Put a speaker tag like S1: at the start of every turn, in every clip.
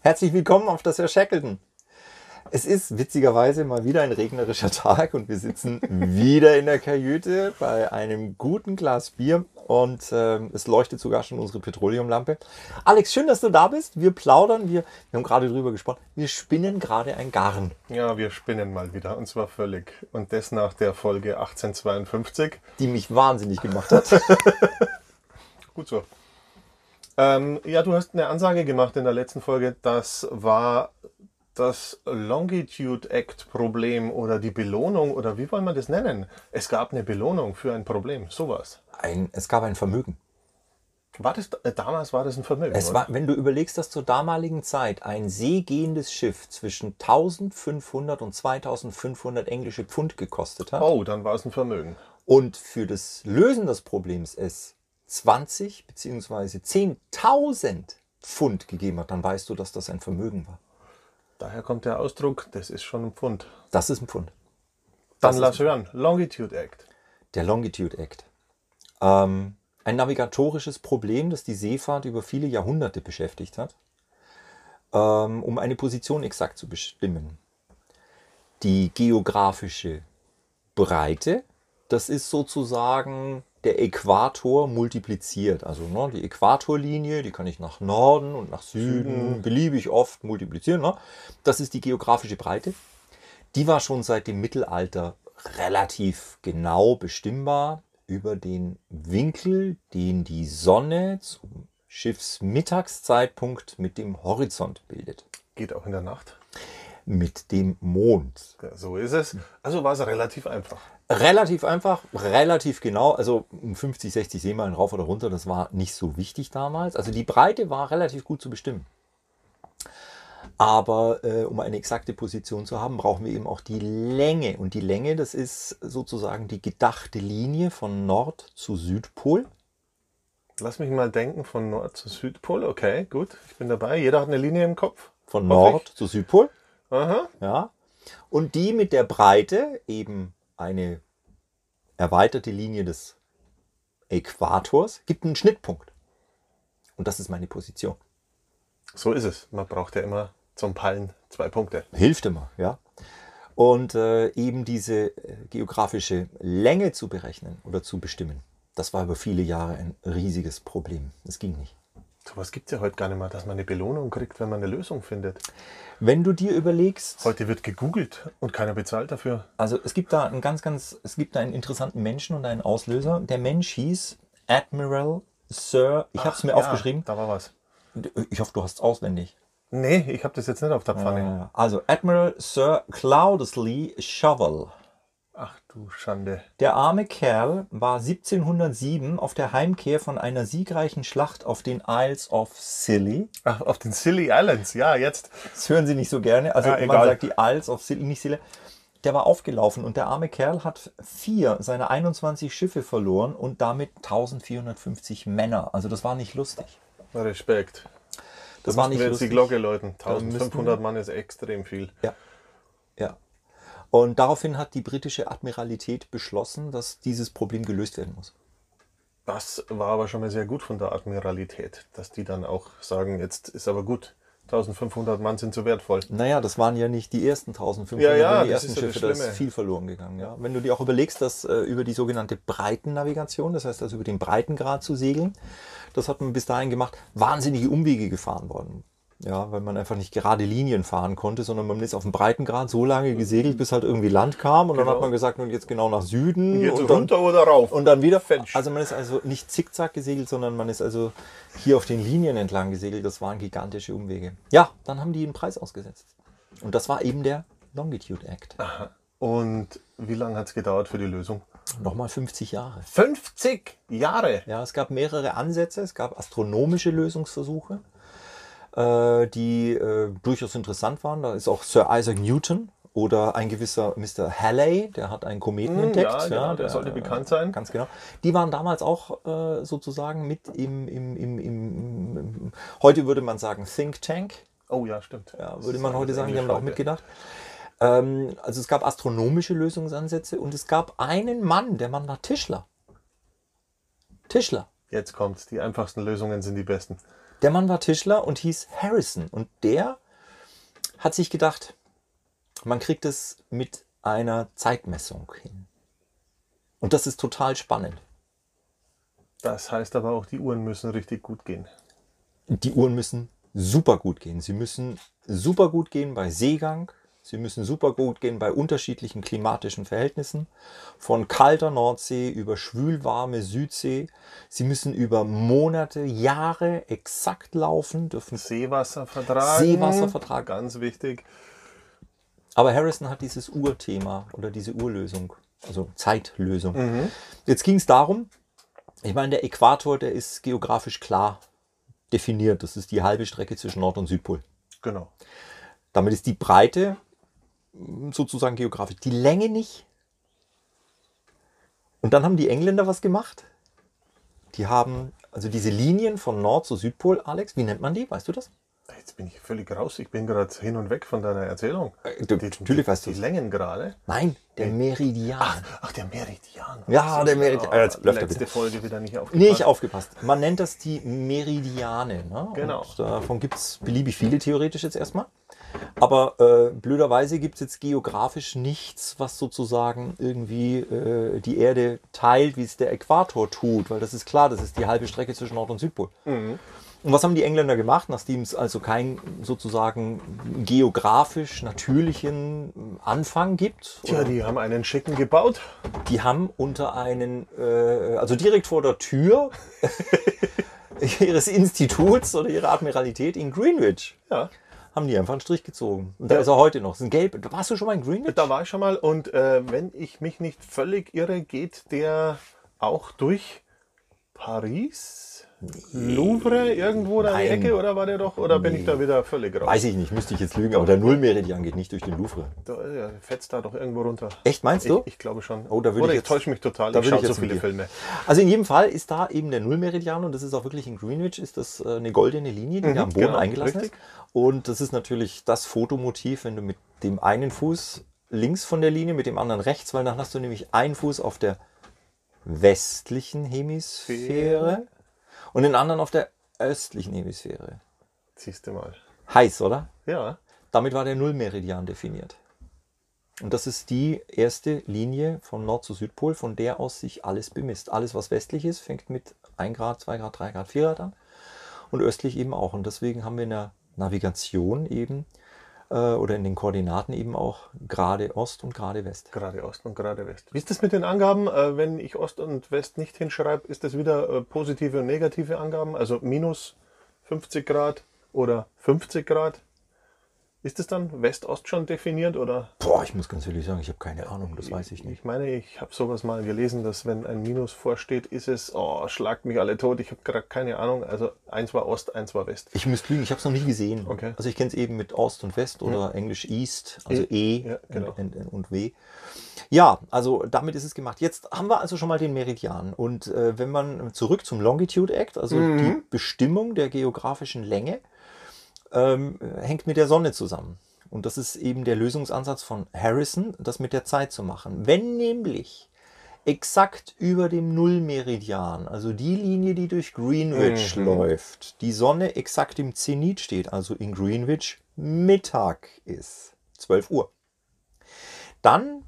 S1: Herzlich willkommen auf das Herr Shackleton. Es ist witzigerweise mal wieder ein regnerischer Tag und wir sitzen wieder in der Kajüte bei einem guten Glas Bier und ähm, es leuchtet sogar schon unsere Petroleumlampe. Alex, schön, dass du da bist. Wir plaudern, wir, wir haben gerade drüber gesprochen, wir spinnen gerade ein Garn.
S2: Ja, wir spinnen mal wieder und zwar völlig. Und das nach der Folge 1852.
S1: Die mich wahnsinnig gemacht hat.
S2: Gut so. Ähm, ja, du hast eine Ansage gemacht in der letzten Folge. Das war das Longitude Act Problem oder die Belohnung oder wie wollen wir das nennen? Es gab eine Belohnung für ein Problem, sowas.
S1: Ein, es gab ein Vermögen.
S2: War das äh, damals war das ein Vermögen?
S1: Es
S2: oder?
S1: war, wenn du überlegst, dass zur damaligen Zeit ein seegehendes Schiff zwischen 1500 und 2500 englische Pfund gekostet hat
S2: oh, dann war es ein Vermögen.
S1: und für das Lösen des Problems es 20 bzw. 10.000 Pfund gegeben hat, dann weißt du, dass das ein Vermögen war.
S2: Daher kommt der Ausdruck, das ist schon ein Pfund.
S1: Das ist ein Pfund.
S2: Dann lass hören. Longitude Act.
S1: Der Longitude Act. Ähm, ein navigatorisches Problem, das die Seefahrt über viele Jahrhunderte beschäftigt hat, ähm, um eine Position exakt zu bestimmen. Die geografische Breite, das ist sozusagen der Äquator multipliziert. Also ne, die Äquatorlinie, die kann ich nach Norden und nach Süden beliebig oft multiplizieren. Ne? Das ist die geografische Breite die war schon seit dem Mittelalter relativ genau bestimmbar über den Winkel, den die Sonne zum Schiffsmittagszeitpunkt mit dem Horizont bildet.
S2: Geht auch in der Nacht.
S1: Mit dem Mond.
S2: Ja, so ist es. Also war es relativ einfach.
S1: Relativ einfach, relativ genau. Also um 50, 60 Seemeilen rauf oder runter, das war nicht so wichtig damals. Also die Breite war relativ gut zu bestimmen. Aber äh, um eine exakte Position zu haben, brauchen wir eben auch die Länge. Und die Länge, das ist sozusagen die gedachte Linie von Nord zu Südpol.
S2: Lass mich mal denken von Nord zu Südpol. Okay, gut. Ich bin dabei. Jeder hat eine Linie im Kopf.
S1: Von
S2: Hoffe ich.
S1: Nord zu Südpol.
S2: Aha.
S1: Ja. Und die mit der Breite eben eine erweiterte Linie des Äquators gibt einen Schnittpunkt. Und das ist meine Position.
S2: So ist es. Man braucht ja immer zum Pallen zwei Punkte.
S1: Hilft immer, ja. Und äh, eben diese äh, geografische Länge zu berechnen oder zu bestimmen, das war über viele Jahre ein riesiges Problem. Es ging nicht.
S2: Sowas gibt es ja heute gar nicht mehr, dass man eine Belohnung kriegt, wenn man eine Lösung findet.
S1: Wenn du dir überlegst,
S2: Heute wird gegoogelt und keiner bezahlt dafür.
S1: also es gibt da einen ganz, ganz, es gibt da einen interessanten Menschen und einen Auslöser. Der Mensch hieß Admiral Sir, ich habe es mir
S2: Ja,
S1: aufgeschrieben.
S2: Da war was.
S1: äh, Ich hoffe, du hast es auswendig.
S2: Nee, ich habe das jetzt nicht auf der Pfanne.
S1: Äh, Also Admiral Sir Cloudesley Shovel. Ah.
S2: Ach du Schande.
S1: Der arme Kerl war 1707 auf der Heimkehr von einer siegreichen Schlacht auf den Isles of Scilly.
S2: Ach, auf den Silly Islands. Ja, jetzt.
S1: Das hören Sie nicht so gerne. Also
S2: Ja,
S1: man
S2: egal.
S1: sagt die Isles of Scilly, nicht Scilly. Der war aufgelaufen und der arme Kerl hat vier seiner 21 Schiffe verloren und damit 1450 Männer. Also das war nicht lustig.
S2: Respekt.
S1: Das
S2: Das
S1: war
S2: war
S1: nicht
S2: wir jetzt die
S1: lustig.
S2: Glocke läuten.
S1: müssen wir-
S2: 1500 Mann ist extrem viel.
S1: Ja. Ja. Und daraufhin hat die britische Admiralität beschlossen, dass dieses Problem gelöst werden muss.
S2: Das war aber schon mal sehr gut von der Admiralität, dass die dann auch sagen, jetzt ist aber gut. 1500 Mann sind zu wertvoll.
S1: Naja, das waren ja nicht die ersten 1500,
S2: Ja, ja,
S1: sondern die
S2: das
S1: ersten
S2: ist ja das
S1: Schiffe, da ist
S2: Schlimme.
S1: viel verloren gegangen. Ja. Wenn du dir auch überlegst, dass äh, über die sogenannte Breitennavigation, das heißt also über den Breitengrad zu segeln, das hat man bis dahin gemacht, wahnsinnige Umwege gefahren worden. Ja, weil man einfach nicht gerade Linien fahren konnte, sondern man ist auf dem Breitengrad so lange gesegelt, bis halt irgendwie Land kam und dann
S2: Mhm. Genau.
S1: hat man gesagt, nun jetzt genau nach Süden
S2: Jetzt
S1: und dann,
S2: runter oder rauf.
S1: und dann wieder.
S2: Fetsch.
S1: Also man ist also nicht zickzack gesegelt, sondern man ist also hier auf den Linien entlang gesegelt. Das waren gigantische Umwege. Ja, dann haben die einen Preis ausgesetzt. Und das war eben der Longitude Act.
S2: Und wie lange hat es gedauert für die Lösung?
S1: Nochmal 50 Jahre.
S2: 50 Jahre!
S1: Ja, es gab mehrere Ansätze. Es gab astronomische Lösungsversuche. äh, die äh, durchaus interessant waren. Da ist auch Sir Isaac Newton oder ein gewisser Mr. Halley, der hat einen Kometen
S2: Hm,
S1: entdeckt.
S2: ja, genau, der sollte bekannt sein.
S1: Ganz genau. Die waren damals auch äh, sozusagen mit im, im, im, im, im, heute würde man sagen Think Tank.
S2: Oh ja, stimmt.
S1: Ja,
S2: Das
S1: würde
S2: ist
S1: man heute
S2: alles
S1: sagen, die
S2: Englisch
S1: haben da auch
S2: heute.
S1: mitgedacht. Ähm, also es gab astronomische Lösungsansätze und es gab einen Mann, der Mann war Tischler. Tischler.
S2: Jetzt kommt's. Die einfachsten Lösungen sind die besten.
S1: Der Mann war Tischler und hieß Harrison. Und der hat sich gedacht, man kriegt es mit einer Zeitmessung hin. Und das ist total spannend.
S2: Das heißt aber auch, die Uhren müssen richtig gut gehen.
S1: Die Uhren müssen super gut gehen. Sie müssen super gut gehen bei Seegang. Sie müssen super gut gehen bei unterschiedlichen klimatischen Verhältnissen. Von kalter Nordsee über schwülwarme Südsee. Sie müssen über Monate, Jahre exakt laufen, dürfen
S2: Seewasser vertragen.
S1: Seewasser vertragen.
S2: Ganz wichtig.
S1: Aber Harrison hat dieses Urthema oder diese Urlösung, also Zeitlösung. Jetzt ging es darum, ich meine, der Äquator, der ist geografisch klar definiert. Das ist die halbe Strecke zwischen Nord- und Südpol.
S2: Genau.
S1: Damit ist die Breite mm, sozusagen geografisch, die Länge nicht. Und dann haben die Engländer was gemacht. Die haben also diese Linien von Nord zu Südpol, Alex, wie nennt man die? Weißt du das?
S2: Jetzt bin ich völlig raus. Ich bin gerade hin und weg von deiner Erzählung.
S1: Äh, du- natürlich weißt
S2: die,
S1: du's.
S2: die Längen gerade.
S1: Nein, der Meridian.
S2: Ach, der Meridian.
S1: Ja, der Meridian.
S2: Ah,
S1: Jetzt blöfft er
S2: letzte
S1: wieder.
S2: Folge wieder nicht aufgepasst.
S1: Nicht aufgepasst. Man nennt das die Meridiane. Ne?
S2: Genau.
S1: Und davon gibt es beliebig viele theoretisch jetzt erstmal. Aber äh, blöderweise gibt es jetzt geografisch nichts, was sozusagen irgendwie äh, die Erde teilt, wie es der Äquator tut, weil das ist klar, das ist die halbe Strecke zwischen Nord- und Südpol. Und was haben die Engländer gemacht, nachdem es also keinen sozusagen geografisch natürlichen Anfang gibt?
S2: Tja, die haben einen schicken gebaut.
S1: die haben unter einen, äh, also direkt vor der Tür ihres Instituts oder ihrer Admiralität in Greenwich,
S2: Ja,
S1: haben die einfach einen Strich gezogen. Und da
S2: Ja.
S1: ist er heute noch. Das ist ein gelb. Warst du schon mal in Greenwich?
S2: da war ich schon mal. Und äh, wenn ich mich nicht völlig irre, geht der auch durch Paris? Louvre irgendwo da in
S1: Nein.
S2: die Ecke oder war der doch? Oder bin ich da wieder völlig raus?
S1: Weiß ich nicht, müsste ich jetzt lügen, aber der Nullmeridian geht nicht durch den Louvre.
S2: Da, äh, fetzt da doch irgendwo runter.
S1: Echt, meinst du?
S2: Ich, ich glaube schon.
S1: Oh, da würde
S2: Oder
S1: ich
S2: ich,
S1: jetzt-
S2: täusche mich total.
S1: da
S2: ich
S1: würde
S2: schaue
S1: ich jetzt
S2: so
S1: mit
S2: viele
S1: dir.
S2: Filme.
S1: Also in jedem Fall ist da eben der Nullmeridian und das ist auch wirklich in Greenwich, ist das äh, eine goldene Linie, die da am Boden
S2: genau,
S1: eingelassen
S2: richtig.
S1: ist. Und das ist natürlich das Fotomotiv, wenn du mit dem einen Fuß links von der Linie, mit dem anderen rechts, weil dann hast du nämlich einen Fuß auf der westlichen Hemisphäre und den anderen auf der östlichen Hemisphäre.
S2: Siehst du mal.
S1: Heiß, oder?
S2: Ja.
S1: Damit war der Nullmeridian definiert. Und das ist die erste Linie von Nord zu Südpol, von der aus sich alles bemisst. Alles, was westlich ist, fängt mit 1 Grad, 2 Grad, 3 Grad, 4 Grad an. Und östlich eben auch. Und deswegen haben wir in der Navigation eben äh, oder in den Koordinaten eben auch gerade Ost und gerade West.
S2: Gerade Ost und gerade West. Wie ist das mit den Angaben? Äh, wenn ich Ost und West nicht hinschreibe, ist das wieder äh, positive und negative Angaben? Also minus 50 Grad oder 50 Grad? Ist das dann West-Ost schon definiert oder?
S1: Boah, ich muss ganz ehrlich sagen, ich habe keine Ahnung, das weiß ich nicht.
S2: Ich meine, ich habe sowas mal gelesen, dass wenn ein Minus vorsteht, ist es, oh, schlagt mich alle tot. Ich habe gerade keine Ahnung. Also eins war Ost, eins war West.
S1: Ich müsste lügen, ich habe es noch nie gesehen.
S2: Okay.
S1: Also ich kenne es eben mit Ost und West oder Englisch East, also E,
S2: ja, genau.
S1: und, und, und W. Ja, also damit ist es gemacht. Jetzt haben wir also schon mal den Meridian. Und äh, wenn man zurück zum Longitude Act, also
S2: Mhm.
S1: die Bestimmung der geografischen Länge, ähm, hängt mit der Sonne zusammen. Und das ist eben der Lösungsansatz von Harrison, das mit der Zeit zu machen. Wenn nämlich exakt über dem Nullmeridian, also die Linie, die durch Greenwich
S2: Mhm.
S1: läuft, die Sonne exakt im Zenit steht, also in Greenwich Mittag ist, 12 Uhr, dann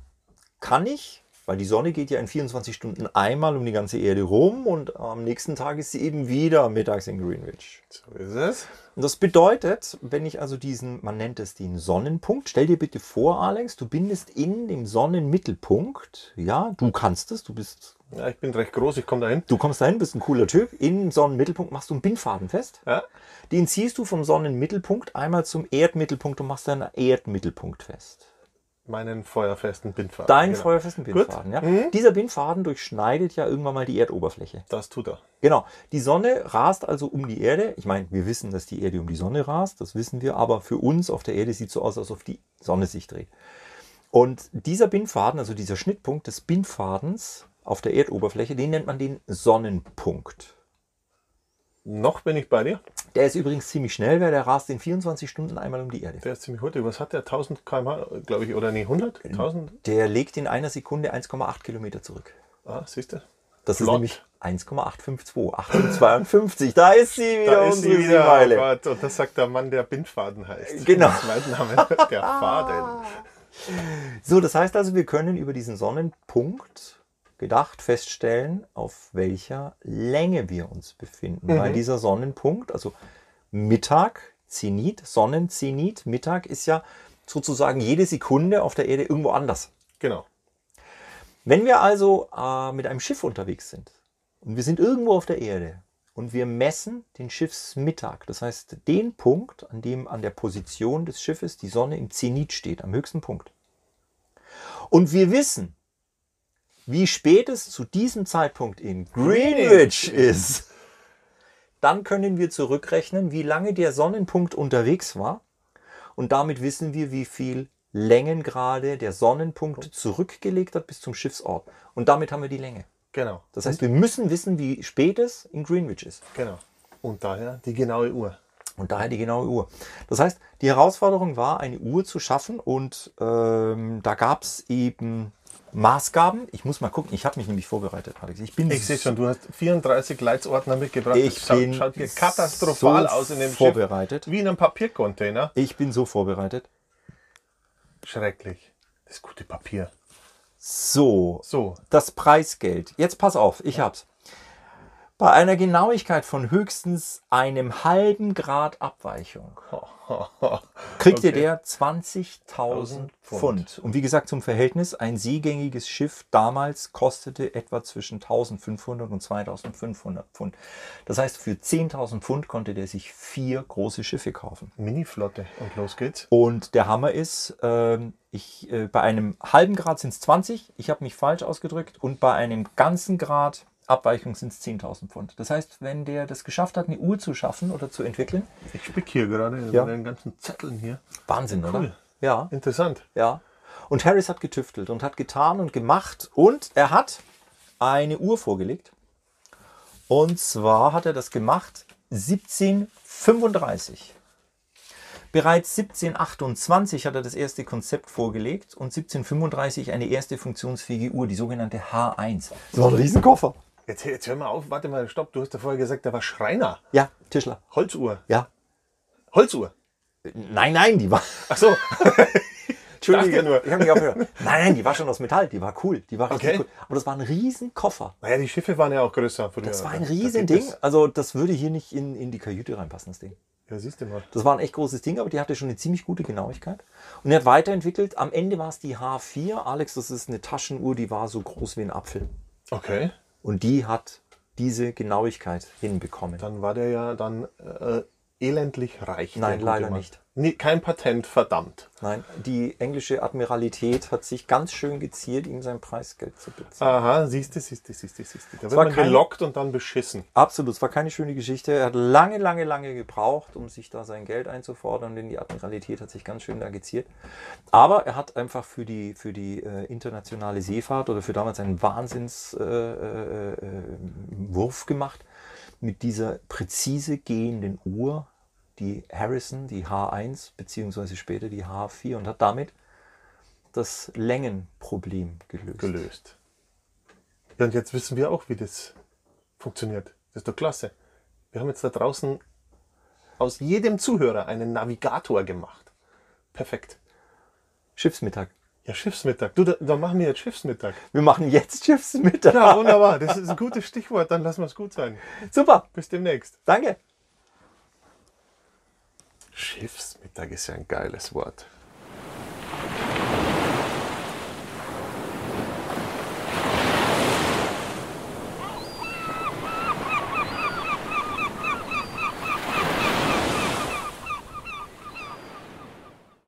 S1: kann ich, weil die Sonne geht ja in 24 Stunden einmal um die ganze Erde rum und am nächsten Tag ist sie eben wieder mittags in Greenwich.
S2: So ist es.
S1: Und Das bedeutet, wenn ich also diesen, man nennt es den Sonnenpunkt, stell dir bitte vor, Alex, du bindest in dem Sonnenmittelpunkt, ja, du kannst es, du bist,
S2: Ja, ich bin recht groß, ich komme dahin.
S1: du kommst dahin, bist ein cooler Typ, in den Sonnenmittelpunkt machst du einen Bindfaden fest,
S2: Ja?
S1: den ziehst du vom Sonnenmittelpunkt einmal zum Erdmittelpunkt und machst deinen Erdmittelpunkt fest.
S2: meinen feuerfesten Bindfaden.
S1: Deinen
S2: genau.
S1: feuerfesten Bindfaden. Ja? Dieser Bindfaden durchschneidet ja irgendwann mal die Erdoberfläche.
S2: Das tut er.
S1: Genau. Die Sonne rast also um die Erde. Ich meine, wir wissen, dass die Erde um die Sonne rast, das wissen wir, aber für uns auf der Erde sieht so aus, als ob die Sonne sich dreht. Und dieser Bindfaden, also dieser Schnittpunkt des Bindfadens auf der Erdoberfläche, den nennt man den Sonnenpunkt.
S2: Noch bin ich bei dir.
S1: Der ist übrigens ziemlich schnell, weil der rast in 24 Stunden einmal um die Erde.
S2: Der ist ziemlich hurtig. Was hat der? 1000 km/h, glaube ich, oder nee, 100? 1000?
S1: Der legt in einer Sekunde 1,8 Kilometer zurück.
S2: Ah, siehst du?
S1: Das
S2: Flott.
S1: ist nämlich 1,852, 1852. Da ist sie wieder, um
S2: Da ist sie Äh,
S1: unsere
S2: wieder. Oh
S1: Sieweile.
S2: Gott. Und das sagt der Mann, der Bindfaden heißt.
S1: Genau.
S2: Das mein Name, der Faden.
S1: So, das heißt also, wir können über diesen Sonnenpunkt gedacht feststellen, auf welcher Länge wir uns befinden.
S2: Mhm.
S1: Weil dieser Sonnenpunkt, also Mittag, Zenit, Sonnenzenit, Mittag ist ja sozusagen jede Sekunde auf der Erde irgendwo anders.
S2: Genau.
S1: Wenn wir also äh, mit einem Schiff unterwegs sind und wir sind irgendwo auf der Erde und wir messen den Schiffsmittag, das heißt den Punkt, an dem an der Position des Schiffes die Sonne im Zenit steht, am höchsten Punkt. Und wir wissen, wie spät es zu diesem Zeitpunkt in Greenwich ist. Dann können wir zurückrechnen, wie lange der Sonnenpunkt unterwegs war. Und damit wissen wir, wie viel Längengrade der Sonnenpunkt
S2: Oh.
S1: zurückgelegt hat bis zum Schiffsort. Und damit haben wir die Länge.
S2: Genau.
S1: Das heißt, wir müssen wissen, wie spät es in Greenwich ist.
S2: Genau. Und daher die genaue Uhr.
S1: Und daher die genaue Uhr. Das heißt, die Herausforderung war, eine Uhr zu schaffen und ähm, da gab es eben Maßgaben. Ich muss mal gucken, ich habe mich nämlich vorbereitet, Alex. Ich bin
S2: Ich sehe schon, du hast 34 Leitsordner mitgebracht.
S1: Ich
S2: das schaut,
S1: bin
S2: schaut hier katastrophal
S1: so
S2: aus in dem
S1: vorbereitet.
S2: Schiff. Wie in einem Papiercontainer.
S1: Ich bin so vorbereitet.
S2: Schrecklich. Das gute Papier.
S1: So,
S2: So.
S1: das Preisgeld. Jetzt pass auf, ich hab's. Bei einer Genauigkeit von höchstens einem halben Grad Abweichung kriegt ihr der 20.000 Pfund. Und wie gesagt, zum Verhältnis, ein seegängiges Schiff damals kostete etwa zwischen 1.500 und 2.500 Pfund. Das heißt, für 10.000 Pfund konnte der sich vier große Schiffe kaufen.
S2: Miniflotte. Und los geht's.
S1: Und der Hammer ist, ähm, ich, äh, bei einem halben Grad sind es 20, ich habe mich falsch ausgedrückt, und bei einem ganzen Grad Abweichung sind es 10.000 Pfund. Das heißt, wenn der das geschafft hat, eine Uhr zu schaffen oder zu entwickeln,
S2: Ich spick hier gerade
S1: Ja.
S2: mit den ganzen Zetteln hier.
S1: Wahnsinn,
S2: Cool.
S1: oder? Ja,
S2: Interessant.
S1: ja. Und Harris hat getüftelt und hat getan und gemacht und er hat eine Uhr vorgelegt. Und zwar hat er das gemacht 1735. Bereits 1728 hat er das erste Konzept vorgelegt und 1735 eine erste funktionsfähige Uhr, die sogenannte H1. Das war ein Riesenkoffer.
S2: Jetzt, jetzt hör mal auf. Warte mal, stopp. Du hast ja vorher gesagt, der war Schreiner.
S1: Ja, Tischler.
S2: Holzuhr.
S1: Ja.
S2: Holzuhr.
S1: Nein, nein, die war.
S2: Ach so.
S1: Entschuldige,
S2: Dachte nur.
S1: ich habe mich aufgehört. Nein, nein, die war schon aus Metall, die war cool, die war richtig
S2: Okay.
S1: cool. Aber das war ein Riesenkoffer.
S2: naja, die Schiffe waren ja auch größer. Früher.
S1: Äh, Das war ein
S2: Da
S1: Riesending.
S2: gibt es-
S1: Also das würde hier nicht in, in die Kajüte reinpassen, das Ding.
S2: Ja, siehst du mal.
S1: Das war ein echt großes Ding, aber die hatte schon eine ziemlich gute Genauigkeit. Und er hat weiterentwickelt. Am Ende war es die H4. Alex, das ist eine Taschenuhr, die war so groß wie ein Apfel.
S2: Okay.
S1: Und die hat diese Genauigkeit hinbekommen.
S2: Dann war der ja dann äh, elendlich reich. der
S1: Nein,
S2: gute
S1: leider
S2: Mann.
S1: nicht.
S2: Nee, kein Patent, verdammt.
S1: Nein, die englische Admiralität hat sich ganz schön geziert, ihm sein Preisgeld zu bezahlen.
S2: Aha, siehst du, siehst du, siehst du, siehst du. Da wird
S1: war
S2: man
S1: kein-
S2: gelockt und dann beschissen.
S1: Absolut, es war keine schöne Geschichte. Er hat lange, lange, lange gebraucht, um sich da sein Geld einzufordern, denn die Admiralität hat sich ganz schön da geziert. Aber er hat einfach für die, für die äh, internationale Seefahrt oder für damals einen Wahnsinnswurf äh, äh, äh, Wurf gemacht mit dieser präzise gehenden Uhr, die Harrison, die H1, beziehungsweise später die H4 und hat damit das Längenproblem gelöst.
S2: Gelöst. Ja, und jetzt wissen wir auch, wie das funktioniert. Das ist doch klasse. Wir haben jetzt da draußen aus jedem Zuhörer einen Navigator gemacht. Perfekt.
S1: Schiffsmittag.
S2: Ja, Schiffsmittag. Du, da- dann machen wir jetzt Schiffsmittag.
S1: Wir machen jetzt Schiffsmittag.
S2: Ja, wunderbar. Das ist ein gutes Stichwort. Dann lassen wir es gut sein.
S1: Super,
S2: Bis demnächst.
S1: danke.
S2: Schiffsmittag ist ja ein geiles Wort.